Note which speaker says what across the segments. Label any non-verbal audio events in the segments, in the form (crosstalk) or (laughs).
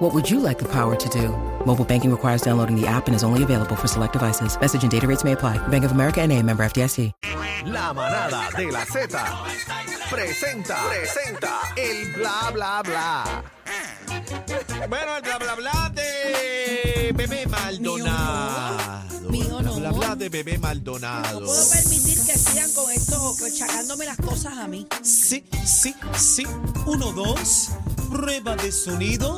Speaker 1: What would you like the power to do? Mobile banking requires downloading the app and is only available for select devices. Message and data rates may apply. Bank of America and a member FDIC.
Speaker 2: La manada de la Z presenta, presenta el bla bla bla.
Speaker 3: Bueno, el bla bla bla de Bebé Maldonado.
Speaker 4: Mío
Speaker 3: El
Speaker 4: no.
Speaker 3: Bla bla bla de Bebé Maldonado.
Speaker 4: No puedo permitir que sigan con esto, chacándome las cosas a mí.
Speaker 5: Sí, sí, sí. Uno, dos. Prueba de sonido.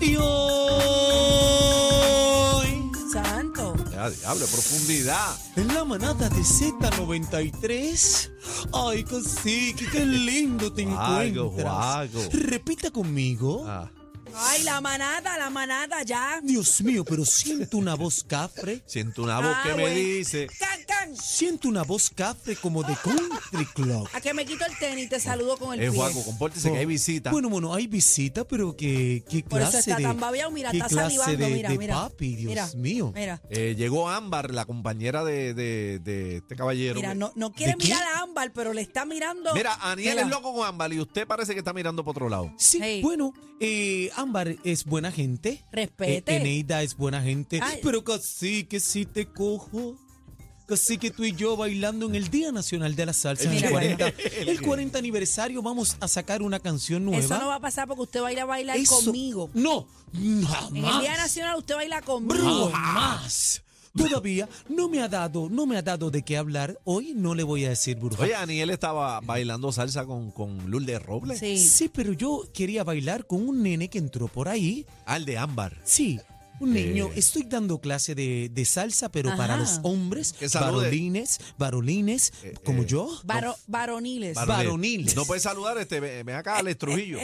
Speaker 5: Y hoy.
Speaker 4: Santo.
Speaker 3: Ya, diablo, profundidad.
Speaker 5: En la manada de Z93. Ay, Cacique,
Speaker 3: (laughs)
Speaker 5: qué lindo te
Speaker 3: Guago,
Speaker 5: encuentras.
Speaker 3: guago.
Speaker 5: Repita conmigo.
Speaker 3: Ah,
Speaker 4: Ay, la manada, la manada ya.
Speaker 5: Dios mío, pero siento una voz cafre.
Speaker 3: siento una voz
Speaker 4: Ah,
Speaker 3: que me
Speaker 4: bueno.
Speaker 3: dice.
Speaker 4: Can, can.
Speaker 5: Siento una voz cafre como de country club.
Speaker 4: A que me quito el tenis, te saludo con el
Speaker 3: Eh,
Speaker 4: pie.
Speaker 3: Juaco, compórtese que hay visita.
Speaker 5: Bueno, bueno, hay visita, pero que qué
Speaker 4: Por eso
Speaker 5: clase
Speaker 4: está
Speaker 5: de
Speaker 4: tan babeado, mira,
Speaker 5: qué
Speaker 4: está
Speaker 5: clase
Speaker 4: salivando,
Speaker 5: de-
Speaker 4: mira,
Speaker 5: de
Speaker 4: mira.
Speaker 5: papi, Dios
Speaker 4: Mira,
Speaker 5: mío.
Speaker 4: Mira,
Speaker 3: Eh, llegó Ámbar, la compañera de, de- de este caballero.
Speaker 4: mira, no, no quiere
Speaker 5: ¿De quién?
Speaker 4: mirar a Ámbar, pero le está mirando.
Speaker 3: Mira, Aniel
Speaker 4: Mira.
Speaker 3: es loco con Ámbar y usted parece que está mirando para otro lado.
Speaker 5: Sí,
Speaker 4: Hey.
Speaker 5: bueno, eh, Ámbar es buena gente.
Speaker 4: Respete.
Speaker 5: Eh, Eneida es buena gente.
Speaker 4: Ay.
Speaker 5: Pero casi que sí te cojo. Casi que tú y yo bailando en el Día Nacional de la Salsa, el
Speaker 4: Mira.
Speaker 5: 40, el 40 aniversario, vamos a sacar una canción nueva.
Speaker 4: Eso no va a pasar porque usted va a ir a bailar
Speaker 5: Eso-
Speaker 4: conmigo.
Speaker 5: No, jamás.
Speaker 4: En el Día Nacional usted baila conmigo.
Speaker 5: Jamás. Todavía no me ha dado, no me ha dado de qué hablar. Hoy no le voy a decir
Speaker 3: (laughs)
Speaker 5: bruja.
Speaker 3: Oye, Aniel estaba bailando salsa con, con Lourdes Robles.
Speaker 4: Sí.
Speaker 5: Sí, pero yo quería bailar con un nene que entró por ahí.
Speaker 3: Al Ah, de Ámbar.
Speaker 5: Sí, un niño.
Speaker 3: Eh.
Speaker 5: Estoy dando clase de, de salsa, pero para
Speaker 4: Ajá.
Speaker 5: los hombres,
Speaker 3: Que salude. Eh,
Speaker 5: varolines, varolines, como yo.
Speaker 4: Varo- varoniles. Eh,
Speaker 5: Varo- Varoniles.
Speaker 3: No puede saludar, este, ven ven acá, Alex Trujillo.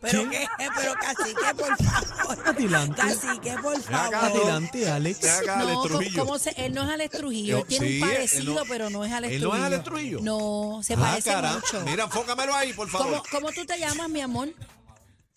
Speaker 4: pero qué, pero casi que por favor.
Speaker 5: Adelante.
Speaker 4: Casi que por
Speaker 3: acá,
Speaker 4: favor.
Speaker 5: Adelante, Alex.
Speaker 3: Ven acá, Alex
Speaker 4: eh, No, ¿cómo,
Speaker 3: Trujillo.
Speaker 4: cómo se- él no es Alex Trujillo.
Speaker 3: Yo-
Speaker 4: Él tiene
Speaker 3: sí,
Speaker 4: un
Speaker 3: él
Speaker 4: parecido,
Speaker 3: no-
Speaker 4: pero no es Alex
Speaker 3: él no
Speaker 4: Trujillo.
Speaker 3: es Alex Trujillo.
Speaker 4: No, se
Speaker 3: Ah,
Speaker 4: parece
Speaker 3: caramba.
Speaker 4: mucho.
Speaker 3: Mira, enfócamelo ahí, por favor.
Speaker 4: ¿Cómo, cómo tú te llamas, mi amor?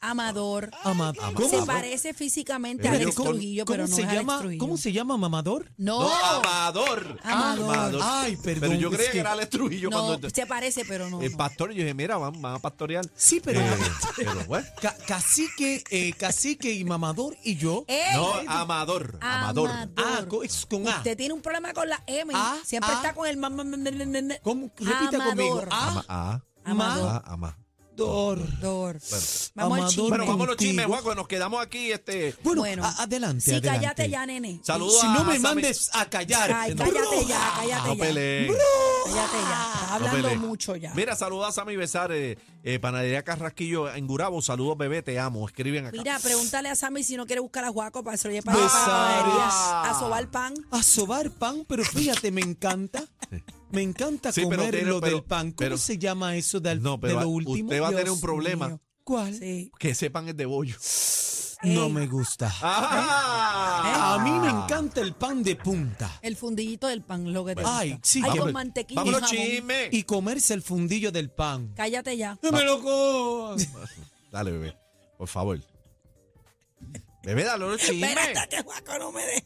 Speaker 4: Amador.
Speaker 5: Amado.
Speaker 4: Se
Speaker 5: ¿Cómo?
Speaker 4: parece físicamente a
Speaker 3: ah, Pero
Speaker 4: Alex
Speaker 3: ¿cómo-
Speaker 4: Trujillo,
Speaker 5: ¿Cómo
Speaker 4: pero no
Speaker 5: se
Speaker 4: es
Speaker 5: llama,
Speaker 4: Alex Trujillo.
Speaker 5: ¿Cómo se llama, mamador?
Speaker 4: No,
Speaker 3: No, Amador.
Speaker 4: Amador.
Speaker 5: Ay, perdón,
Speaker 3: Pero yo
Speaker 5: es
Speaker 3: creía que
Speaker 5: que-
Speaker 3: era Alex Trujillo
Speaker 4: no,
Speaker 3: cuando
Speaker 4: se parece, pero no.
Speaker 3: el
Speaker 4: no.
Speaker 3: pastor. Yo dije, mira, van, van a pastorear.
Speaker 5: Sí, pero.
Speaker 3: Eh, pero bueno.
Speaker 5: Ca- cacique, eh, cacique y mamador y yo.
Speaker 4: (laughs) ¡Ey!
Speaker 3: No, Amador. Amador.
Speaker 5: Ah, co- es con A.
Speaker 4: Usted tiene un problema con la M.
Speaker 5: Ah,
Speaker 4: Siempre
Speaker 5: ah.
Speaker 4: está con el... ma- ma- ma- ma- ma- ma-
Speaker 5: ¿Cómo? Repita
Speaker 4: Amador.
Speaker 5: conmigo.
Speaker 3: Ama, ah,
Speaker 4: Amador.
Speaker 3: ah, ama.
Speaker 5: Amador.
Speaker 4: Amador.
Speaker 3: Bueno.
Speaker 4: Vamos al
Speaker 5: Amador.
Speaker 4: chisme.
Speaker 3: Bueno, vamos a los
Speaker 5: Contigo.
Speaker 3: chismes, Juaco, que nos quedamos aquí. Este,
Speaker 5: Bueno,
Speaker 4: Bueno.
Speaker 5: a- adelante.
Speaker 4: sí,
Speaker 5: adelante.
Speaker 4: cállate ya, nene.
Speaker 3: saludo
Speaker 5: si
Speaker 3: a
Speaker 5: no me
Speaker 3: Sammy-
Speaker 5: mandes a callar.
Speaker 4: Ay,
Speaker 5: No.
Speaker 4: cállate ya, cállate
Speaker 3: No
Speaker 4: ya.
Speaker 3: peleen.
Speaker 4: Cállate ya. Está
Speaker 3: No
Speaker 4: hablando
Speaker 3: peleen.
Speaker 4: mucho ya.
Speaker 3: Mira, saluda a Sammy Besar, eh, eh, Panadería Carrasquillo en Gurabo. Saludos, bebé, te amo. Escriben acá.
Speaker 4: Mira, pregúntale a Sammy si no quiere buscar a Juaco para hacerle para la
Speaker 5: Besares.
Speaker 4: panadería, a sobar pan.
Speaker 5: A sobar pan, pero fíjate, me encanta. Me encanta
Speaker 3: Sí, pero
Speaker 5: comer
Speaker 3: tiene-
Speaker 5: lo
Speaker 3: pero-
Speaker 5: del pan. ¿Cómo
Speaker 3: pero-
Speaker 5: se llama eso del,
Speaker 3: No, pero
Speaker 5: de
Speaker 3: a-
Speaker 5: lo último?
Speaker 3: usted va a tener
Speaker 5: Dios
Speaker 3: un problema.
Speaker 5: mío. ¿Cuál?
Speaker 4: Sí.
Speaker 3: Que sepan es de
Speaker 4: (laughs)
Speaker 3: bollo.
Speaker 4: ¿Eh?
Speaker 5: No
Speaker 4: Ey.
Speaker 5: me gusta.
Speaker 3: Ah.
Speaker 5: A mí me encanta el pan de punta.
Speaker 4: El fundillito del pan, lo que te
Speaker 5: Ay,
Speaker 4: gusta.
Speaker 5: sí,
Speaker 4: Ay,
Speaker 5: vamos-
Speaker 4: con mantequilla y
Speaker 3: Vámonos,
Speaker 4: jamón.
Speaker 3: chisme.
Speaker 5: Y comerse el fundillo del pan.
Speaker 4: Cállate ya.
Speaker 5: ¡Que me lo cojan!
Speaker 3: (laughs) Dale, bebé. Por favor. Bebé, dale los chismes.
Speaker 4: Espérate que Juaco no me deja.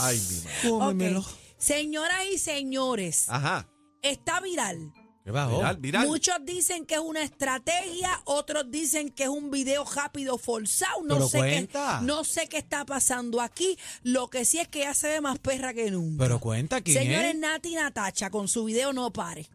Speaker 3: Ay, mi madre.
Speaker 5: Cómemelo.
Speaker 4: Ok. Señoras y señores,
Speaker 3: Ajá.
Speaker 4: está viral.
Speaker 5: ¿Qué
Speaker 4: Oh.
Speaker 5: bajó?
Speaker 3: Viral, viral.
Speaker 4: Muchos dicen que es una estrategia, otros dicen que es un video rápido forzado. No
Speaker 5: Pero
Speaker 4: sé
Speaker 5: cuenta.
Speaker 4: qué, no sé qué está pasando aquí. Lo que sí es que ya se ve más perra que nunca.
Speaker 5: Pero cuenta quién
Speaker 4: Señores, Nati Natacha con su video no pare.
Speaker 5: es.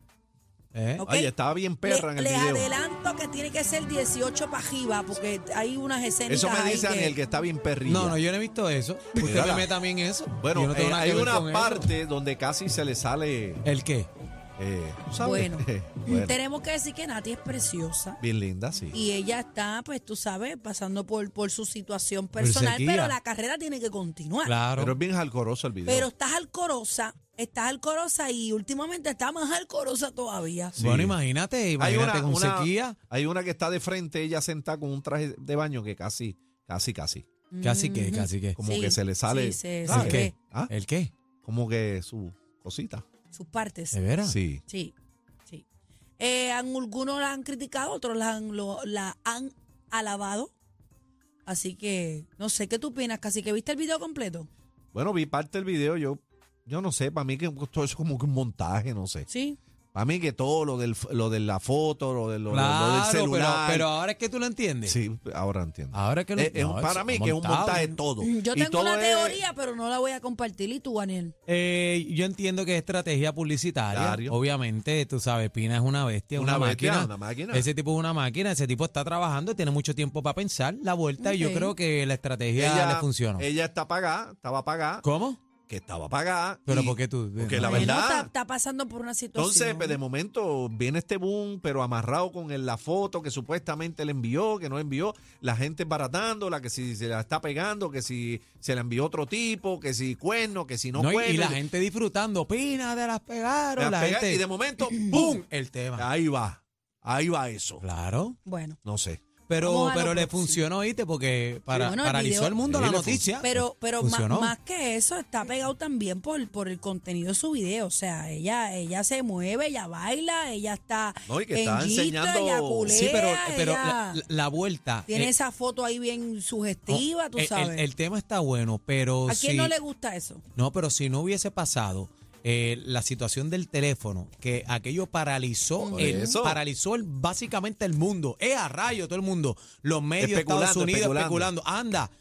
Speaker 5: ¿Eh?
Speaker 4: ok.
Speaker 3: Oye, estaba bien perra en el
Speaker 4: les
Speaker 3: video.
Speaker 4: adelanto que tiene que ser 18 para arriba porque hay unas escenas.
Speaker 3: Eso me dice
Speaker 4: ahí
Speaker 3: Aniel, que está bien perrilla.
Speaker 5: No, no, yo no he visto eso. Usted
Speaker 3: Mírala.
Speaker 5: me meta a mí en eso.
Speaker 3: Bueno,
Speaker 5: Yo no tengo
Speaker 3: eh,
Speaker 5: nada
Speaker 3: hay
Speaker 5: que ver con
Speaker 3: una
Speaker 5: eso.
Speaker 3: parte donde casi se le sale.
Speaker 5: ¿El qué?
Speaker 4: Ah.
Speaker 3: eh, ¿tú ¿sabes?
Speaker 4: Bueno,
Speaker 3: (laughs) Bueno,
Speaker 4: tenemos que decir que Nati es preciosa.
Speaker 3: Bien linda, sí.
Speaker 4: Y ella está, pues tú sabes, pasando por, por su situación personal,
Speaker 5: sequía.
Speaker 4: pero la carrera tiene que continuar.
Speaker 5: Claro.
Speaker 3: Pero es bien jalcoroso el video.
Speaker 4: Pero estás alcorosa, estás alcorosa y últimamente está más alcorosa todavía.
Speaker 3: Sí.
Speaker 5: Bueno, imagínate,
Speaker 3: hay
Speaker 5: imagínate
Speaker 3: una,
Speaker 5: con
Speaker 3: una-
Speaker 5: sequía.
Speaker 3: hay una que está de frente, ella sentada con un traje de baño que casi, casi, casi.
Speaker 5: Casi que, casi que.
Speaker 3: Como
Speaker 4: Sí,
Speaker 3: que se le sale.
Speaker 4: sí, se-
Speaker 5: ¿El
Speaker 3: ¿sabes?
Speaker 4: se ve.
Speaker 5: qué?
Speaker 3: Ah,
Speaker 5: ¿El qué?
Speaker 3: Como que su cosita.
Speaker 4: sus partes.
Speaker 3: Eh.
Speaker 5: ¿De veras?
Speaker 3: Sí.
Speaker 4: Sí, sí. Eh, han- algunos las han criticado, otros las han, lo- la han alabado. Así que no sé qué tú opinas, casi que viste el video completo.
Speaker 3: Bueno, vi parte del video, yo, yo no sé, para mí que todo eso es como que un montaje, no sé.
Speaker 4: Sí.
Speaker 3: Para mí que todo lo, del, lo de la foto, lo, de, lo, lo- lo del
Speaker 5: Claro, pero,
Speaker 3: celular.
Speaker 5: pero ahora es que tú lo entiendes.
Speaker 3: Sí, ahora entiendo. Eh,
Speaker 5: Ahora que lo-
Speaker 3: Es- es un-
Speaker 5: no,
Speaker 3: para
Speaker 5: es
Speaker 3: mí que es un
Speaker 5: montado.
Speaker 3: montaje todo.
Speaker 4: Yo
Speaker 3: Y
Speaker 4: tengo
Speaker 3: todo
Speaker 4: una
Speaker 3: es-
Speaker 4: teoría, pero no la voy a compartir. ¿Y tú, Daniel?
Speaker 5: Eh, yo entiendo que es estrategia publicitaria.
Speaker 3: Claro.
Speaker 5: Obviamente, tú sabes, Pina es una bestia, una,
Speaker 3: Una bestia,
Speaker 5: máquina.
Speaker 3: una máquina.
Speaker 5: Ese tipo es una máquina, ese tipo está trabajando, tiene mucho tiempo para pensar la vuelta y yo
Speaker 4: Ok.
Speaker 5: creo que la estrategia
Speaker 3: ella,
Speaker 5: le funcionó.
Speaker 3: ella está pagada, estaba pagada,
Speaker 5: ¿Cómo?
Speaker 3: que estaba pagada.
Speaker 5: Pero
Speaker 3: y-
Speaker 5: ¿por qué tú?
Speaker 3: Porque la
Speaker 5: No,
Speaker 4: Bueno,
Speaker 3: verdad.
Speaker 4: Está, está pasando por una situación.
Speaker 3: Entonces, pues, de momento viene este boom, pero amarrado con el- la foto que supuestamente le envió, que no envió, la gente baratándola, que si se la está pegando, que si se la envió otro tipo, que si cuerno, que si no,
Speaker 5: No, y-
Speaker 3: cuerno.
Speaker 5: y, la gente disfrutando, Pina, de las pegaron.
Speaker 3: Las
Speaker 5: la
Speaker 3: pega-
Speaker 5: gente,
Speaker 3: Y de
Speaker 5: (clears throat)
Speaker 3: momento, ¡pum!
Speaker 5: ¡pum! El tema.
Speaker 3: Ahí va, ahí va eso.
Speaker 5: Claro.
Speaker 4: Bueno.
Speaker 3: No sé.
Speaker 5: Pero,
Speaker 4: Vamos a lo
Speaker 5: pero le
Speaker 4: próximo.
Speaker 5: funcionó, ¿viste? Porque para,
Speaker 4: bueno, el
Speaker 5: paralizó
Speaker 4: video-
Speaker 5: el mundo
Speaker 3: Sí,
Speaker 5: la
Speaker 3: le
Speaker 5: noticia.
Speaker 4: Pero, pero ma-
Speaker 5: Pues, Funcionó.
Speaker 4: más, que eso, está pegado también por, por el contenido de su video. O sea, ella, ella se mueve, ella baila, ella está.
Speaker 3: No, y que está
Speaker 4: en gita,
Speaker 3: enseñando-
Speaker 4: Ella culea,
Speaker 5: Sí, pero, pero
Speaker 4: ella
Speaker 5: la, la- la vuelta.
Speaker 4: tiene
Speaker 5: eh,
Speaker 4: esa foto ahí bien
Speaker 5: no,
Speaker 4: sugestiva, tú
Speaker 5: el- el-
Speaker 4: sabes.
Speaker 5: El, tema está bueno, pero
Speaker 4: ¿A quién
Speaker 5: si-
Speaker 4: no le gusta eso?
Speaker 5: No, pero si no hubiese pasado eh, la situación del teléfono, que aquello paralizó,
Speaker 3: Por
Speaker 5: el,
Speaker 3: eso.
Speaker 5: paralizó el- básicamente el mundo. Es a rayo todo el mundo. Los medios de Estados
Speaker 3: Especulando,
Speaker 5: Unidos
Speaker 3: especulando.
Speaker 5: especulando. Anda,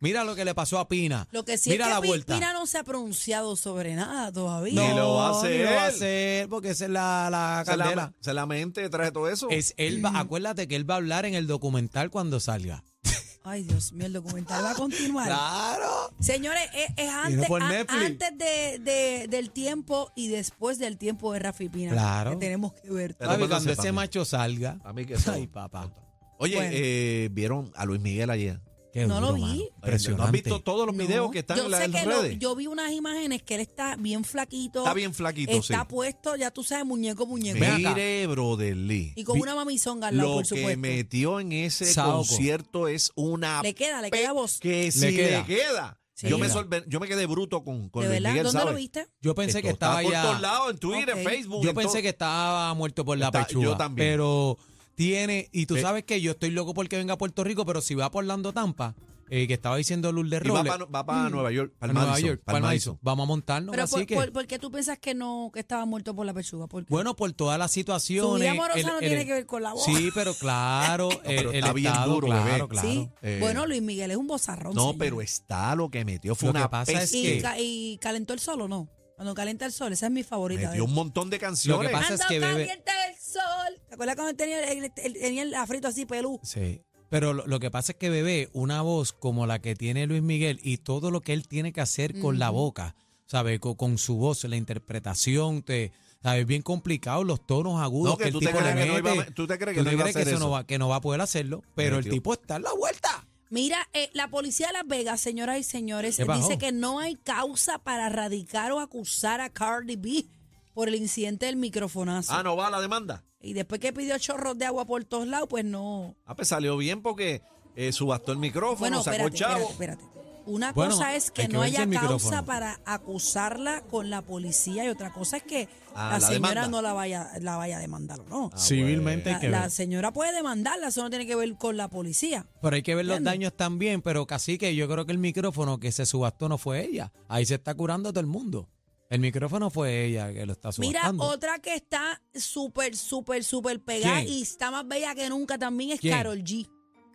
Speaker 5: mira lo que le pasó a Pina.
Speaker 4: Lo que sí
Speaker 5: mira
Speaker 4: es
Speaker 5: la
Speaker 4: que Pi-
Speaker 5: vuelta.
Speaker 4: Pina no se ha pronunciado sobre nada todavía.
Speaker 3: Ni lo va a
Speaker 5: ni lo va a
Speaker 3: hacer.
Speaker 5: hacer, porque esa es la, la
Speaker 3: Se
Speaker 5: candela.
Speaker 3: la, se la mente detrás de todo eso.
Speaker 5: Es él va- acuérdate que él va a hablar en el documental cuando salga.
Speaker 4: Ay, Dios mío, el documental va a continuar.
Speaker 5: Claro.
Speaker 4: Señores, es, es antes,
Speaker 5: por
Speaker 4: a-
Speaker 5: Netflix.
Speaker 4: antes de, de- del tiempo y después del tiempo de Rafi Pina.
Speaker 5: Claro.
Speaker 4: Que tenemos que ver.
Speaker 3: Pero
Speaker 5: Papi,
Speaker 3: cuando
Speaker 5: cuando
Speaker 3: sepa, mira.
Speaker 5: ese macho salga.
Speaker 3: A mí que eso-
Speaker 5: Ay, papá.
Speaker 3: Oye,
Speaker 4: Bueno.
Speaker 3: eh, vieron a Luis Miguel ayer.
Speaker 5: Qué
Speaker 4: No lo
Speaker 5: duro,
Speaker 4: vi.
Speaker 5: mano.
Speaker 3: ¿No has
Speaker 5: Impresionante.
Speaker 3: visto todos los videos
Speaker 4: No,
Speaker 3: que están
Speaker 4: yo
Speaker 3: en las
Speaker 4: sé que lo-
Speaker 3: redes?
Speaker 4: yo vi unas imágenes que él está bien flaquito.
Speaker 3: Está bien flaquito,
Speaker 4: Está
Speaker 3: sí.
Speaker 4: puesto, ya tú sabes, muñeco, muñeco.
Speaker 5: Ve acá.
Speaker 3: Mire, brother Lee.
Speaker 4: Y con una mamizonga al lado,
Speaker 3: Lo
Speaker 4: por
Speaker 3: que
Speaker 4: supuesto.
Speaker 3: metió en ese
Speaker 5: Saoco.
Speaker 3: concierto es una
Speaker 4: Le queda, le queda voz.
Speaker 3: que si
Speaker 5: Le
Speaker 3: le
Speaker 5: queda.
Speaker 3: queda.
Speaker 4: Sí.
Speaker 3: Yo,
Speaker 5: Le
Speaker 3: me
Speaker 5: queda.
Speaker 3: sorpre- yo me quedé bruto con, con
Speaker 4: ¿De
Speaker 3: Luis
Speaker 4: verdad?
Speaker 3: Miguel,
Speaker 4: ¿Dónde
Speaker 3: ¿sabes?
Speaker 4: lo viste?
Speaker 5: Yo pensé que
Speaker 3: Esto
Speaker 5: estaba
Speaker 3: está
Speaker 5: ya.
Speaker 3: por todos lados, en Twitter,
Speaker 4: Ok.
Speaker 3: en Facebook.
Speaker 5: Yo
Speaker 3: en
Speaker 5: pensé
Speaker 3: todo.
Speaker 5: que estaba muerto por la
Speaker 3: Está-
Speaker 5: pechuga.
Speaker 3: yo también.
Speaker 5: Pero tiene, y tú
Speaker 3: Eh.
Speaker 5: sabes que yo estoy loco porque venga a Puerto Rico, pero si va por Orlando Tampa, eh, que estaba diciendo Lourdes
Speaker 3: Y va
Speaker 5: Robles,
Speaker 3: para va pa Nueva York, para
Speaker 5: a Mm. Nueva York, para Madison, vamos a montarnos.
Speaker 4: Pero
Speaker 5: así
Speaker 4: por,
Speaker 5: que,
Speaker 4: por- ¿por qué tú piensas que no que estaba muerto por la pechuga? ¿Por qué?
Speaker 5: bueno, por todas las situaciones.
Speaker 4: Su vida amorosa
Speaker 5: el-
Speaker 4: no
Speaker 5: el-
Speaker 4: tiene que ver con la voz.
Speaker 5: Sí, pero
Speaker 3: (laughs)
Speaker 5: claro, el,
Speaker 3: pero
Speaker 5: el
Speaker 3: está bien
Speaker 5: estado,
Speaker 3: duro,
Speaker 5: claro,
Speaker 3: bebé.
Speaker 5: claro.
Speaker 4: Sí.
Speaker 3: eh.
Speaker 4: bueno, Luis Miguel es un bozarrón.
Speaker 3: No,
Speaker 4: señor.
Speaker 3: pero está lo que metió. Fue
Speaker 5: Lo que
Speaker 3: una
Speaker 5: pasa es
Speaker 3: peste.
Speaker 4: Y,
Speaker 5: que-
Speaker 4: ca- y calentó el sol, ¿o no? Cuando calienta el sol, esa es mi favorita. de
Speaker 3: Metió
Speaker 4: él.
Speaker 3: un montón de canciones.
Speaker 5: Lo que pasa- es
Speaker 4: Anda,
Speaker 5: que bebe-
Speaker 4: calienta el sol. ¿Te acuerdas cuando él tenía el, el- el- tenía el afrito así pelú?
Speaker 5: Sí. Pero lo, lo que pasa es que bebé, una voz como la que tiene Luis Miguel y todo lo que él tiene que hacer con la boca, ¿sabes? Con, con su voz, la interpretación, te, ¿sabes? Bien complicado, los tonos agudos
Speaker 3: No, que
Speaker 5: que,
Speaker 3: tú
Speaker 5: el
Speaker 3: te
Speaker 5: tipo le
Speaker 3: crees que no
Speaker 5: mete.
Speaker 3: iba a- tú te crees que no iba a hacer
Speaker 5: eso no
Speaker 3: eso?
Speaker 5: va, que no va a poder hacerlo, pero el
Speaker 3: Metió.
Speaker 5: tipo está en la vuelta.
Speaker 4: Mira, eh, la policía de Las Vegas, señoras y señores, eh,
Speaker 5: ¿Qué pasó?
Speaker 4: dice que no hay causa para radicar o acusar a Cardi B por el incidente del microfonazo.
Speaker 3: Ah, no va la demanda.
Speaker 4: Y después que pidió chorros de agua por todos lados, pues no.
Speaker 3: Ah, pues salió bien porque eh, subastó el micrófono,
Speaker 4: Bueno,
Speaker 3: sacó
Speaker 4: espérate,
Speaker 3: chavo.
Speaker 4: espérate, espérate. Una
Speaker 5: Bueno,
Speaker 4: cosa es que,
Speaker 5: hay que
Speaker 4: no
Speaker 5: verse
Speaker 4: haya
Speaker 5: el
Speaker 4: causa
Speaker 5: micrófono.
Speaker 4: para acusarla con la policía y otra cosa es que
Speaker 3: Ah,
Speaker 4: la,
Speaker 3: la
Speaker 4: señora
Speaker 3: demanda.
Speaker 4: no la vaya, la vaya a demandar, ¿no?
Speaker 3: Ah,
Speaker 5: Ah, Civilmente
Speaker 4: La, la señora puede demandarla, eso no tiene que ver con la policía.
Speaker 5: Pero hay que ver los
Speaker 4: ¿Entiendes?
Speaker 5: daños también, pero casi que yo creo que el micrófono que se subastó no fue ella. Ahí se está curando todo el mundo. El micrófono fue ella que lo está
Speaker 4: Mira,
Speaker 5: subastando.
Speaker 4: otra que está súper, súper, súper pegada
Speaker 5: ¿Quién?
Speaker 4: y está más bella que nunca también es
Speaker 5: ¿Quién?
Speaker 4: Carol G.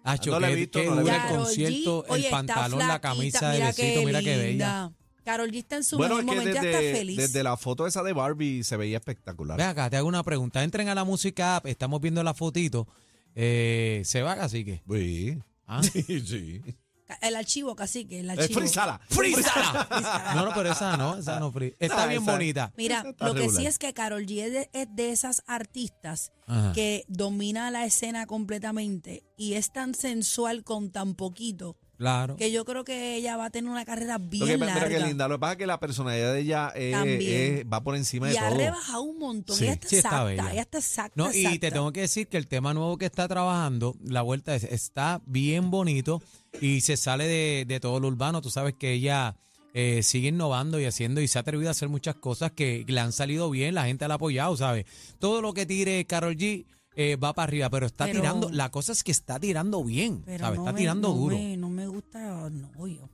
Speaker 5: Hacho,
Speaker 3: No la he
Speaker 5: qué-
Speaker 3: visto,
Speaker 5: qué
Speaker 3: no la he
Speaker 5: dura el
Speaker 3: visto.
Speaker 4: Karol G,
Speaker 5: concierto,
Speaker 4: oye,
Speaker 5: el
Speaker 4: está
Speaker 5: pantalón, la
Speaker 4: flaquita,
Speaker 5: camisa de besito, mira qué bella.
Speaker 4: linda. Carol G está en su
Speaker 3: Bueno, es
Speaker 4: mejor
Speaker 3: que
Speaker 4: momento, ya está
Speaker 3: desde,
Speaker 4: feliz.
Speaker 3: desde la foto esa de Barbie se veía espectacular.
Speaker 5: Ve acá, te hago una pregunta. Entren a la música app, estamos viendo la fotito. Eh, se va, así que.
Speaker 3: Sí.
Speaker 5: ¿Ah?
Speaker 3: (laughs) Sí, sí.
Speaker 4: Ca- El archivo, cacique, el
Speaker 3: Eh,
Speaker 4: archivo.
Speaker 3: frízala.
Speaker 4: Frízala.
Speaker 5: Ah, No, no, pero esa no, esa no, Free. Está
Speaker 3: Ah,
Speaker 5: bien
Speaker 3: esa-
Speaker 5: bonita.
Speaker 4: Mira,
Speaker 3: Esa está
Speaker 4: lo que
Speaker 3: regular.
Speaker 4: sí es que Carol G es de, es de esas artistas
Speaker 5: Ajá.
Speaker 4: que domina la escena completamente y es tan sensual con tan poquito
Speaker 5: Claro.
Speaker 4: que yo creo que ella va a tener una carrera
Speaker 3: Lo que,
Speaker 4: bien
Speaker 3: mira qué
Speaker 4: larga.
Speaker 3: linda. Lo que pasa es que la personalidad de ella eh,
Speaker 4: También.
Speaker 3: eh, va por encima de
Speaker 4: y ha
Speaker 3: todo.
Speaker 4: rebajado un montón.
Speaker 5: Sí,
Speaker 4: ella está
Speaker 5: sí está
Speaker 4: exacta,
Speaker 5: bella.
Speaker 4: ella está exacta.
Speaker 5: No, y te
Speaker 4: exacta.
Speaker 5: tengo que decir que el tema nuevo que está trabajando, la vuelta es- está bien bonito y se sale de, de todo lo urbano. Tú sabes que ella eh, sigue innovando y haciendo y se ha atrevido a hacer muchas cosas que le han salido bien, la gente la ha apoyado, ¿sabes? Todo lo que tire Carol G eh, va para arriba, pero está
Speaker 4: Pero-
Speaker 5: tirando, la cosa es que está tirando bien,
Speaker 4: Pero
Speaker 5: ¿sabes?
Speaker 4: no
Speaker 5: Está
Speaker 4: me-
Speaker 5: tirando
Speaker 4: no
Speaker 5: duro.
Speaker 4: Me, no me gusta novio.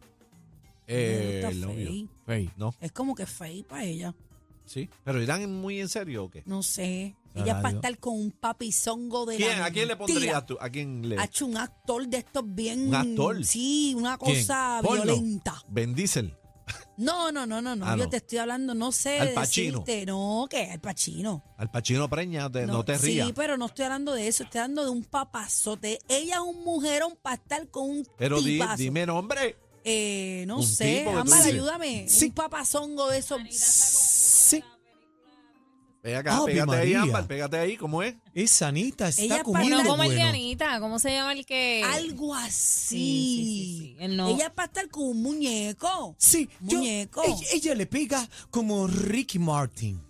Speaker 3: Eh,
Speaker 4: Está
Speaker 3: el novio.
Speaker 4: fake.
Speaker 5: Ey,
Speaker 3: No,
Speaker 4: Es como que fake para ella.
Speaker 3: sí. Pero irán muy en serio o qué?
Speaker 4: No sé. Ella es
Speaker 5: Dios.
Speaker 4: para estar con un papizongo de
Speaker 3: ¿Quién,
Speaker 4: la
Speaker 3: ¿A quién le
Speaker 4: mentira.
Speaker 3: pondrías tú? ¿A quién le?
Speaker 4: Hacho, un actor de estos bien.
Speaker 3: ¿Un actor?
Speaker 4: Sí, una
Speaker 5: ¿Quién?
Speaker 4: cosa
Speaker 3: ¿Porno?
Speaker 4: violenta.
Speaker 3: Ben Diesel.
Speaker 4: No, no, no, no, no.
Speaker 3: Ah,
Speaker 4: yo
Speaker 3: no.
Speaker 4: te estoy hablando, no sé.
Speaker 3: Al Pacino.
Speaker 4: decirte, No, que al Pachino.
Speaker 3: Al Pachino Preña, te- Eh, no, te rías.
Speaker 4: Sí, pues, pero no estoy hablando de eso. Estoy hablando de un papazote. Ella es un mujerón para estar con un
Speaker 3: Pero di-
Speaker 4: tipazo.
Speaker 3: dime nombre.
Speaker 4: Eh, no
Speaker 3: Un
Speaker 4: sé.
Speaker 3: tipo que tú
Speaker 4: Ámbar,
Speaker 3: dices.
Speaker 4: ayúdame.
Speaker 3: Sí.
Speaker 4: Un papazongo de esos.
Speaker 5: Sí.
Speaker 3: Ve acá,
Speaker 5: Ave
Speaker 3: pégate ahí,
Speaker 5: María.
Speaker 3: Ámbar, pégate ahí, ¿cómo es? (laughs)
Speaker 5: Esa Anita está
Speaker 4: Ella
Speaker 5: comiendo
Speaker 4: para-
Speaker 6: No,
Speaker 4: Mira,
Speaker 6: como el de
Speaker 5: bueno.
Speaker 6: Anita, ¿cómo se llama el que?
Speaker 4: eh, Algo
Speaker 6: Sí, sí, sí,
Speaker 4: así.
Speaker 6: sí. Él no.
Speaker 4: Ella es para estar con un muñeco.
Speaker 5: Sí, yo-
Speaker 4: Muñeco.
Speaker 5: ella, ella le pega como Ricky Martin.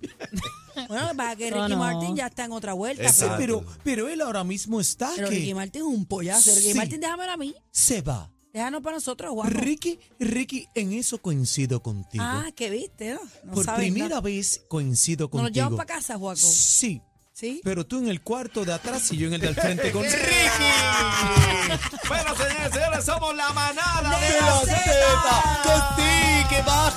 Speaker 4: Bueno, para que Ricky
Speaker 6: (laughs) No, no.
Speaker 4: Martin ya está en otra vuelta.
Speaker 5: Sí,
Speaker 3: Exacto.
Speaker 5: pero, pero él ahora mismo está
Speaker 4: Pero
Speaker 5: que
Speaker 4: Ricky Martin es un pollazo. Ricky
Speaker 5: Sí.
Speaker 4: Martin, déjamelo a mí.
Speaker 5: se va.
Speaker 4: Déjanos para nosotros, guapo.
Speaker 5: Ricky, Ricky, en eso coincido contigo.
Speaker 4: Ah, que viste, ¿no? No
Speaker 5: Por
Speaker 4: sabes
Speaker 5: primera
Speaker 4: nada.
Speaker 5: vez coincido
Speaker 4: Nos lo
Speaker 5: contigo.
Speaker 4: llevamos para casa, Juaco.
Speaker 5: Sí,
Speaker 4: ¿Sí?
Speaker 5: pero tú en el cuarto de atrás y yo en el del
Speaker 4: (laughs)
Speaker 5: frente con
Speaker 3: Bueno, señores, señores, somos la manada
Speaker 4: De la Zeta.
Speaker 5: Contigo, que baja.